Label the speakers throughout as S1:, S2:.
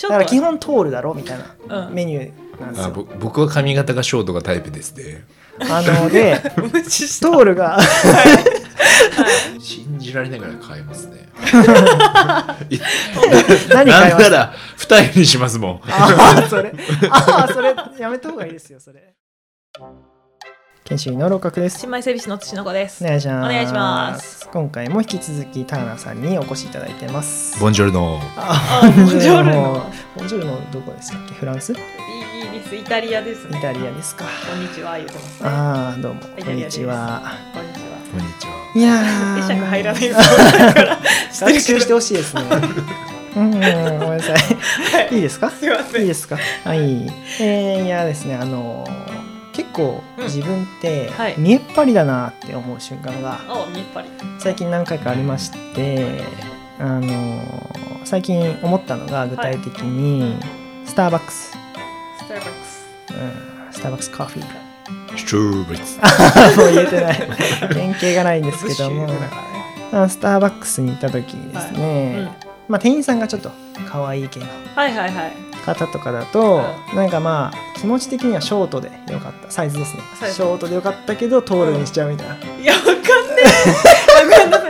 S1: ちょ
S2: だから
S1: っ
S2: 基
S1: と
S2: 本通るだろみたいな、
S1: うん
S2: メニューなんです
S3: あ
S2: よ
S3: ぼ僕は髪型がショートがタイプですね
S2: あので
S1: 無視し
S2: トールが
S3: 信じられながら変えますね
S2: 何
S3: な
S2: 買い
S3: ん
S2: ま
S3: な
S2: した
S3: ら二重にしますもん
S2: ああそれああそれやめた方がいいですよそれ研修医の六角です
S1: 新米整備士の土の子です
S2: お願いします
S1: お願いします
S2: 今回も引き続きターナーさんにお越しいただいてます
S3: ボンジョルノ
S2: あ
S1: あボンジョルノ
S2: ボンジョルノどこでしたっけフランスイ
S1: イギリスイタリアですね
S2: タリアですか
S1: こんにちは言うてますね
S2: ああどうも
S1: イ
S2: こ
S1: タ
S2: ん
S1: リア
S2: に
S1: です
S2: ちは
S1: こんにちは
S3: こんに
S2: や
S3: ちはい
S1: 会
S2: ー
S1: 釈入らないようだから してる
S2: 学習
S1: け
S2: して
S1: ど
S2: ほしい ですねうんうんごめんなさいいいですか
S1: すいま
S2: い
S1: せ
S2: い
S1: ん
S2: ですかはいえー、いやですねあのー結構
S1: うん
S2: 自分って
S1: はい
S2: 見えっ張りだなって思う瞬間が
S1: お見えっぱり
S2: 最近何回かありましてあのー最近思ったのが具体的にスターバックス、
S1: スターバックス
S2: うん、スターバックスコーヒ ー
S3: シューブリッツ
S2: もう言えてない連携がないんですけども
S1: ブッシュだからね
S2: あのスターバックスに行った時にですね、
S1: うん
S2: まあ、店員さんがちょっと可愛い系の
S1: はいはいはい
S2: 方とかだと、なんかまあ気持ち的にはショートでよかったサイズですね
S1: サイズ
S2: ショートでよかったけどトールにしちゃうみたいな、
S1: いやわかんねえわかんない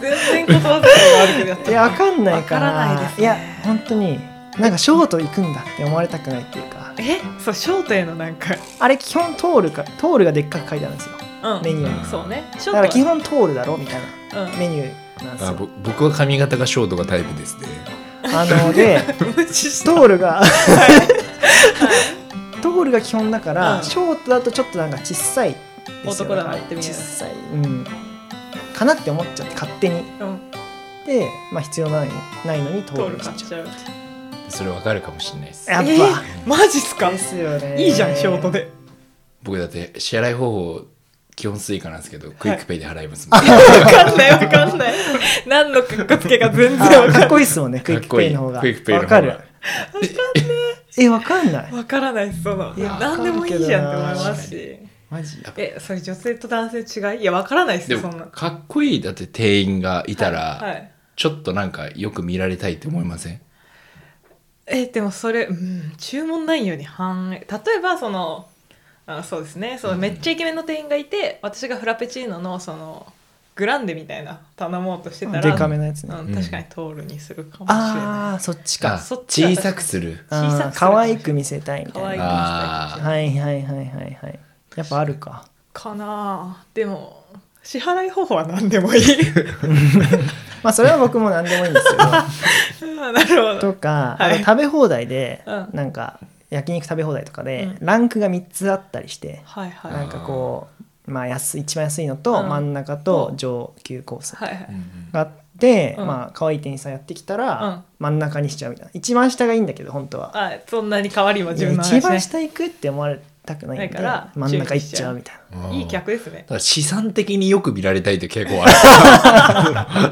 S1: 全然言葉遣いが悪くなって
S2: いやわかんないから
S1: わからないですね
S2: や本当になんかショート行くんだって思われたくないっていうか
S1: えそうショートへのなんか
S2: あれ基本トールかトールがでっかく書いてあるんですよ
S1: うん
S2: メニューに
S3: うん
S1: そうねショ
S2: だ
S1: ートは
S2: から基本トールだろみたいな
S1: うん
S2: メニューなんです
S3: あ
S2: よ
S3: ぼ僕は髪型がショートがタイプですね
S2: あので
S1: 無視した
S2: トールがトールが基本だから、
S1: うん
S2: ショートだとちょっとなんか小さいですよ
S1: 男だなって見え
S2: 小
S1: る
S2: さい、うん、かなって思っちゃって勝手に
S1: うん
S2: で、まあ、必要ないないのにト
S1: 通
S2: ー
S1: る
S2: ルし
S1: 買っ
S2: ち
S1: ち
S2: ゃう
S1: ゃう
S3: それわかるかもしれないです
S2: やっぱ、
S1: えーマジっすか
S2: ですよね
S1: いいじゃんショートで
S3: 僕だって支払い方法基本スイカなんですけど、クイックペイで払いますもん
S1: わかん ないわかんない何の格好つけか全然
S2: あ
S1: わか
S2: かっこいいっすもんねクイックペイの方が
S3: かっこいいクイックペイの
S2: わ
S3: 方が
S2: かるえわかんない
S1: んわからないその
S2: いや
S1: 何でもいいじゃんって思います
S2: わ
S1: し
S2: マジ
S1: えそれ女性と男性違いいやわからないっす
S3: で
S1: よそ
S3: も
S1: んな
S3: かっこいいだって店員がいたら、
S1: はい
S3: ちょっとなんかよく見られたいって思いません
S1: えでもそれ、うん、注文内容に反映例えばそのあそうですねそのめっちゃイケメンの店員がいて私がフラペチーノのそのグランデみたいな頼もうとしてた
S2: デカ
S1: ら、
S2: めのやつね、
S1: うん、確かにトールにするかもしれな
S2: ああそっち
S3: あ
S2: か
S1: そっちは
S3: 小さくする
S1: 小さくする
S2: あー可愛く見せたいみ
S1: い可
S2: た
S1: 愛
S2: い
S1: い
S2: な
S3: あ
S1: か
S2: はいはいはいはいはいやっぱあるか
S1: かなあでも支払い方法は何でもいい
S2: まあそれは僕も何でもいいんです
S1: あなるほ
S2: け
S1: ど
S2: どとか、
S1: はい
S2: あの食べ放題で、
S1: うん
S2: なんか焼肉食べ放題とかで、
S1: う
S2: ランクが3つあったりして、
S1: はいはい
S2: な
S1: は
S2: んかこうまあ安い一番安いのと
S1: うん
S2: 真ん中と上級コース
S1: いは
S3: う
S1: い
S3: ん
S2: があって、
S1: うん
S2: まあ可愛い店員さんやってきた
S1: う
S2: ら
S1: ん
S2: 真ん中にしちゃうみたいな一番下がいいんだけど本当は、
S1: あそんなに変わりも自分の
S2: 一
S1: 話
S2: 番
S1: ね
S2: 下行くって思われたくないんで
S1: だから
S2: 真ん中行っちゃうみたいな。
S3: うん
S1: いい客ですね
S3: だから資産的によく見られたいって傾向あ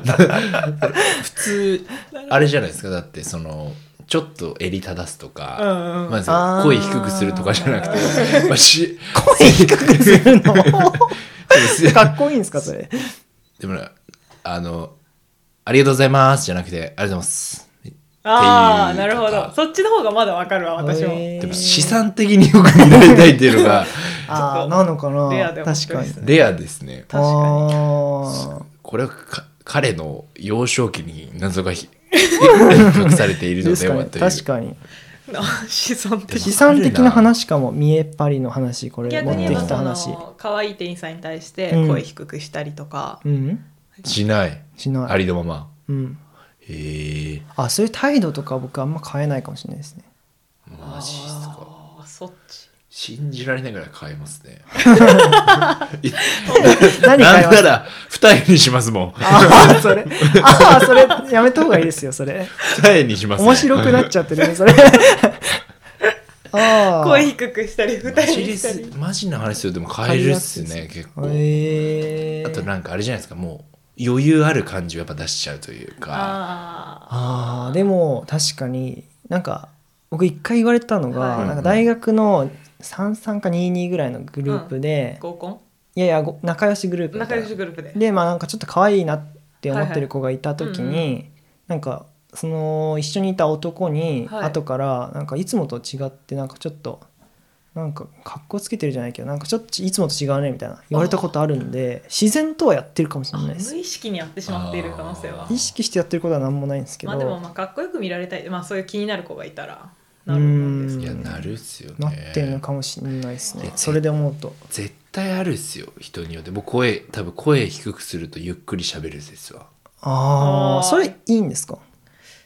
S3: る 普通あれじゃないですかだってそのちょっと襟正すと
S1: う
S3: か、
S1: んうん、
S3: まず
S2: あー
S3: 声低くするとかじゃなくて、まあ、し
S2: 声低くするのかっこいいんですかそれ
S3: でもねあの「ありがとうございます」じゃなくて「ありがとうございます」
S1: ああ
S3: ってい
S1: な
S3: う
S1: る
S3: とか
S1: ほどそっちの方がまだわかるわ 私も、
S2: へー
S3: でも資産的によく見られたいっていうのが
S2: ああなのか
S1: レア
S2: な
S1: で面
S2: 確か
S1: 白い
S2: に
S1: ですね
S3: レアですね
S1: 確か
S2: あ
S3: これはか彼の幼少期に謎がひ 隠されてい
S2: ー
S3: るの
S2: です
S3: で
S2: か
S3: は
S2: ね
S3: という
S2: 確かに
S1: にな資産的
S2: 悲惨的な話かも見えっ張りの話これ持
S1: 逆
S2: っ
S1: に
S2: て
S1: 言え
S2: きた
S1: ば
S2: 話
S1: その可愛い店員さんに対して
S2: うん
S1: 声低くしたりとか、
S2: うん
S3: しない
S2: しない
S3: ありのまま
S2: うん、
S3: へえ
S2: あそういう態度とか僕あんま変えないかもしれないですね
S3: マジっすか
S1: ああそっち
S3: 信じられながら変えます ね
S2: 何変えま
S3: なんな
S2: した
S3: ら二重にしますもん
S2: ああそれああそれやめた方がいいですよそれ
S3: 二重にします、ね、
S2: 面白くなっちゃってるねそれああ
S1: 声低くしたり二
S3: マ
S1: 人
S3: ジ
S1: に
S3: で
S1: したり
S3: すマジな話するでも変えるっすね結構、
S2: えー、
S3: あとなんかあれじゃないですかもう余裕ある感じをやっぱ出しちゃうというか
S1: ああ
S2: あーでも確かになんか僕一回言われたのが、
S1: はい
S2: なんか大学の33か22ぐらいのグループで、
S1: 合コ
S2: いやいやご仲良しグルー
S1: ン
S2: プみた
S1: 仲
S2: いな
S1: 良しグループで
S2: でまあなんかちょっと可愛いなって思ってる子がいた時に、
S1: はいはいう
S2: なんかその一緒にいた男に
S1: はい
S2: 後からなんかいつもと違ってなんかちょっとなんか格好つけてるじゃないけどなんかちょっといつもと違うねみたいな言われたことあるんで自然とはやってるかもしれ
S1: あ
S2: ない
S1: 無
S2: です
S1: 意識にやってしまっている可能性は
S3: あー
S2: 意識してやってることは何もないんですけど、
S1: まあでもまあかっこよく見られたい、まあ、そういう気になる子がいたら
S2: う
S1: なる
S2: ー
S1: と思うん
S2: ん
S1: ですけ
S3: いやなるっすよね
S2: なってるのかもしれないです
S3: い
S2: ね
S3: や
S2: それで思うと
S3: 絶対あるっすよ人によって僕声多分声低くするとゆっくり喋るですわ
S2: あ
S1: あー
S2: あそれいいんですか
S1: ど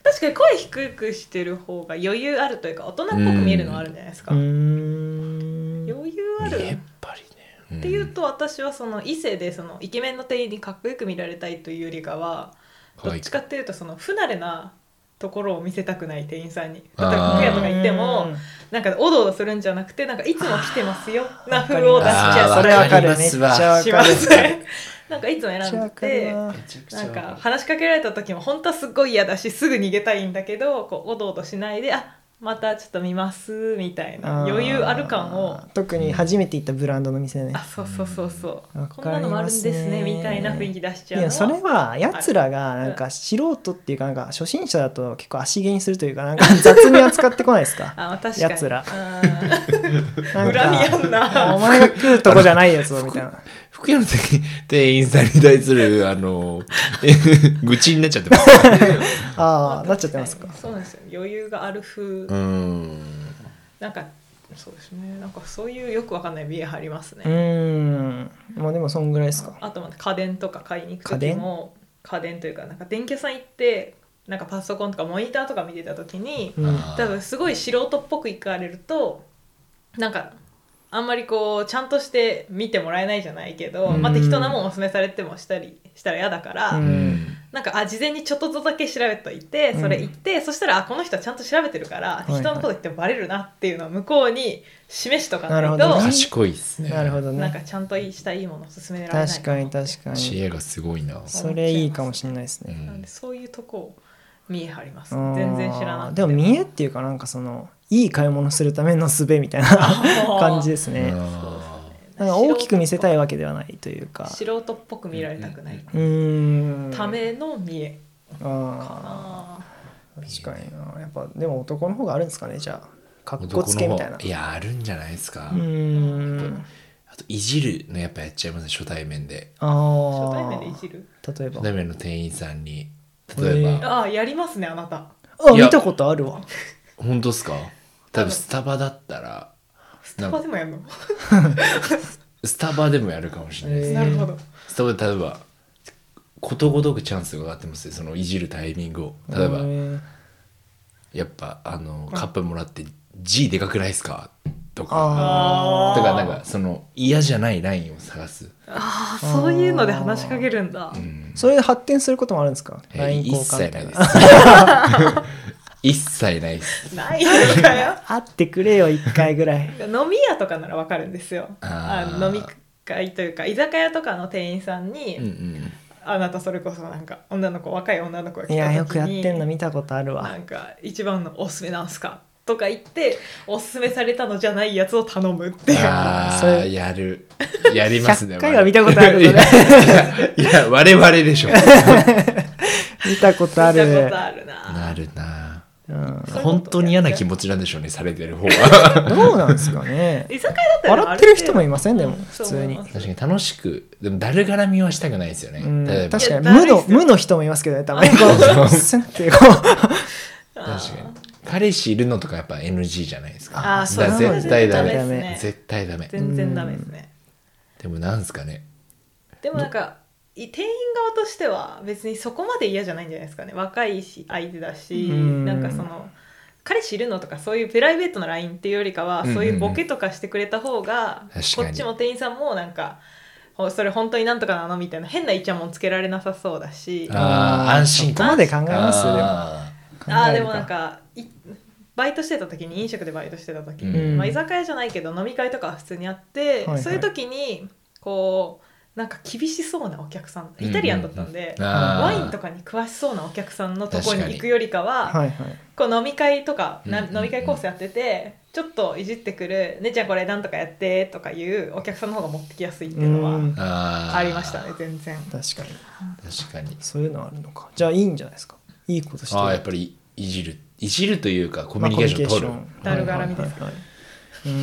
S1: 確かに声低くしてる方が余裕あるというか大人っぽく見えるのはあるんじゃないです
S2: う
S1: か、
S2: ーん
S1: 余裕あ
S3: やっ
S1: る
S3: ぱりね
S1: っていうと私はその異性でそのイケメンの店員にかっこよく見られたいというよりかはどっちかっていうとその不慣れなところを見せたくない店員さんに例えば
S3: あー
S1: 服屋とか行って
S2: う
S1: も
S2: ん
S1: なんかおどおどするんじゃなくてなんかいつも来てますよな風を出しち
S3: あー
S1: ゃ
S2: それわかる
S3: わかり
S2: め
S3: ま
S2: っち
S3: す
S2: ゃわ
S3: わ
S2: か
S1: う
S2: る
S1: しま
S2: めっ
S1: すね なんかいつも
S2: ちゃ
S1: 選ん
S2: わ
S1: で
S2: かる
S1: て
S2: わ
S1: なんか話しかけられた時も本当はすっごい嫌だしすぐ逃げたいんだけどこうおどおどしないであまたちょっと見ますみたいな余裕ある感を
S2: あー特に初めて行ったブランドの店ね
S1: あそうそうそうそう、
S2: うん
S1: こんなのもあるんですね
S2: わかりますね
S1: みたいな雰囲気出し
S2: い
S1: ちゃうの
S2: や
S1: は
S2: それはやつらがなんか素人っていうかなんか初心者だと結構足毛にするというかなんか 雑に扱ってこないですか
S1: あまあ確かに
S2: やつらな
S1: うんん恨みあん
S2: か
S1: な
S2: お前が食うとこじゃないやつをみた いな
S3: 福山店店員さんに対 するあの愚痴になっちゃってます
S2: ああなっちゃってますか
S1: 確にそうなんですよ余裕がある風、
S3: うん
S1: なんかそうですねなんかそういうよくわかんない見え張りますね、
S2: うーんまあでもそんぐらいですか
S1: あとまた家電とか買いに行く時も家電というかなんか電気屋さん行ってなんかパソコンとかモニターとか見てた時に
S2: うん
S3: あー
S1: 多分すごい素人っぽく行かれるとなんかあんまりこうちゃんとして見てもらえないじゃないけど、
S2: うん
S1: まあ、適当なもんおすすめされてもしたりしたら嫌だから、
S2: う
S3: うんん
S1: なんかあ事前にちょっとだけ調べといてそれ言って、そしたらあこの人はちゃんと調べてるから
S2: いは
S1: 適
S2: い
S1: 当なこと言ってもバレるなっていうのを向こうに示しとかないと
S2: なるほどね
S3: 賢いっすね
S2: なるほど
S1: なんか
S2: ね
S1: ちゃんといいしたいいものを勧められない
S2: 確かに確か
S3: 知
S2: に
S3: 恵がすごいな
S2: それいいかもしれないです
S3: う
S2: ね
S1: なんんでそういうとこを見え張ります
S2: あー
S1: 全然知らない
S2: でも見栄っていうかなんかそのいい買い物するための術みたいな感じですね
S3: あ
S2: なんか大きく見せた
S1: い
S2: いわけではないというか
S1: 素人っぽく見られたくない、
S2: うーん
S1: ための見え
S2: あ
S1: あー
S2: ー確かになやっぱでも男の方があるんですかねじゃあか
S3: ー
S2: っこつけみたいな
S3: 男の方いやあるんじゃないですか、
S2: うーん
S3: あといじるのやっぱやっちゃいますね初対面で
S2: あー
S1: 初対面でいじる
S2: 例えば
S3: 初対面の店員さんに例えば、
S2: えー
S1: ああやりますねあなた
S2: あ
S3: いや
S2: 見たことあるわ
S3: 本当っすか多分スタバだったら
S1: スタバでもやるの
S3: スタバでもやるかもしれないです、
S2: えー
S1: なるほど
S3: スタバで例えばことごとくチャンスが上がってますよそのいじるタイミングを例えば、
S2: えー
S3: やっぱあのカップもらって「G でかくないですか?」とか
S2: あ
S1: あ
S3: だ
S1: ー
S3: からなんかその嫌じゃないラインを探す、
S1: ああそういうので話しかけるんだ
S3: うん
S2: ーそれで発展することもあるんですか
S3: え
S2: LINE
S3: 一
S2: 交換み
S3: 切
S2: た
S3: ないい
S2: な
S3: です一 切ないです
S1: ないのかよ
S2: 会ってくれよ一回ぐ らい
S1: 飲み屋とかならわかるんですよ
S3: あ
S1: あ
S3: ー
S1: の飲み会というか居酒屋とかの店員さんに、
S3: うんうん
S1: あなたそれこそなんか女の子若い女の子が来た時
S2: い
S1: に
S2: やよくやってんの見たことあ
S1: な
S2: るわ
S1: んか一番のおすすめなんすかとか言っておすすめされたのじゃないやつを頼むっていう
S3: あ
S2: そ
S3: あ
S2: れ
S3: やるやりますね
S2: 100回は見たことあるのね
S3: いやいや我々でしょ
S2: 見たことあ
S1: 見たこ
S2: る
S1: とあるな
S3: なるな
S2: う
S1: そ
S2: ん
S1: ういうこと
S3: 本当に嫌な気持ちなんでしょうねされてる方は
S2: どうなんですかね
S1: 居酒屋だったら
S2: 笑ってる人もい
S1: ま
S2: ませんでも
S1: うん
S2: 普
S1: そ
S2: 通に
S1: う思います
S3: 確かに楽しくでもだるがらみはしたくないですよね、
S2: うん
S3: 例えば
S2: 確かに
S1: いや
S2: 無
S1: だるい
S2: の
S1: っすよ
S2: 無の人もいますけどねたまにこうスンってこう
S3: 確かに彼氏いるのとかやっぱ NG じゃないですか
S1: あーそう
S3: だから絶対ダメ
S2: ダメ
S1: ですね
S3: 絶対ダメ
S1: 全然ダメですね
S3: でもなんすかね
S1: でもなんかい店員側としては別にそこまで嫌じゃないんじゃないですかね若いし相手だし
S2: うん
S1: なんかその彼氏いるのとかそういうプライベートな LINE っていうよりかは
S3: うんうんうん
S1: そういうボケとかしてくれた方が
S3: 確かに
S1: こっちも店員さんもなんかほそれ本当になんとかなのみたいな変なイチャモンつけられなさそうだしあ
S3: あー安心
S2: そ
S3: 感
S2: こまで考えますよでも
S3: あ
S2: 考える
S1: あーでもなんかいバイトしてた時に飲食でバイトしてた時に、
S2: うん
S1: まあ、居酒屋じゃないけど飲み会とかは普通にあって、
S2: いはい
S1: そういう時にこうなんか厳しそうなお客さんイタリアンだったんで、
S3: ーあ
S1: ワインと
S3: か
S1: かに詳しそうなお客さんのとこ
S3: 確か
S1: に
S3: に
S1: 行くよりかは
S2: はいはい
S1: こう飲み会とか、な
S3: うんうんうん
S1: 飲み会コースやっててちょっといじってくる「姉ちゃんこれなんとかやって」とかいうお客さんの方が持ってきやすいっていうの
S2: うん
S1: は
S3: あー
S1: ありましたね全然。
S2: 確かに
S3: 確かに
S2: そういうのあるのかじゃあいいんじゃないですかいいことして
S3: ああやっぱりいじるいじるというかコミュニケーション取る、
S1: ダルガラみたいな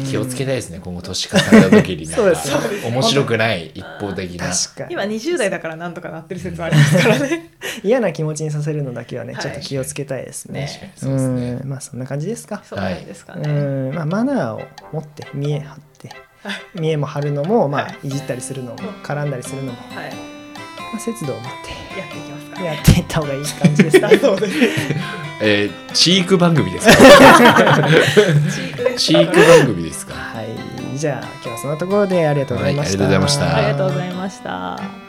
S3: 気をつけ
S2: て
S3: たいですね今後年重ねた時になんか
S2: そうですそうです
S3: 面白くない一方的な
S2: 確かに
S1: 今20代だからなんとかなってる説ありますからね
S2: 嫌な気持ちにさせるのだけはね、
S1: はい
S2: ちょっと気をつけたいですね
S3: 確かにそうですね
S2: んまあそんな感じですか
S1: そうなんですか
S2: う
S1: ね、
S2: ん、まあ、マナーを持って見え張って
S1: は
S2: 見えも張るのも、ま
S1: は
S2: あ、いじったりするのも絡んだりするのも、ま
S1: はい
S2: あ、節度を持っ
S1: やっていきますか
S2: てやっていった方がいい感じですか そうです
S3: えー、飼育番組ですか飼育番組ですか
S2: はいじゃあ今日はそんなところでありがとうございました、
S3: はいありがとうございました
S1: ありがとうございました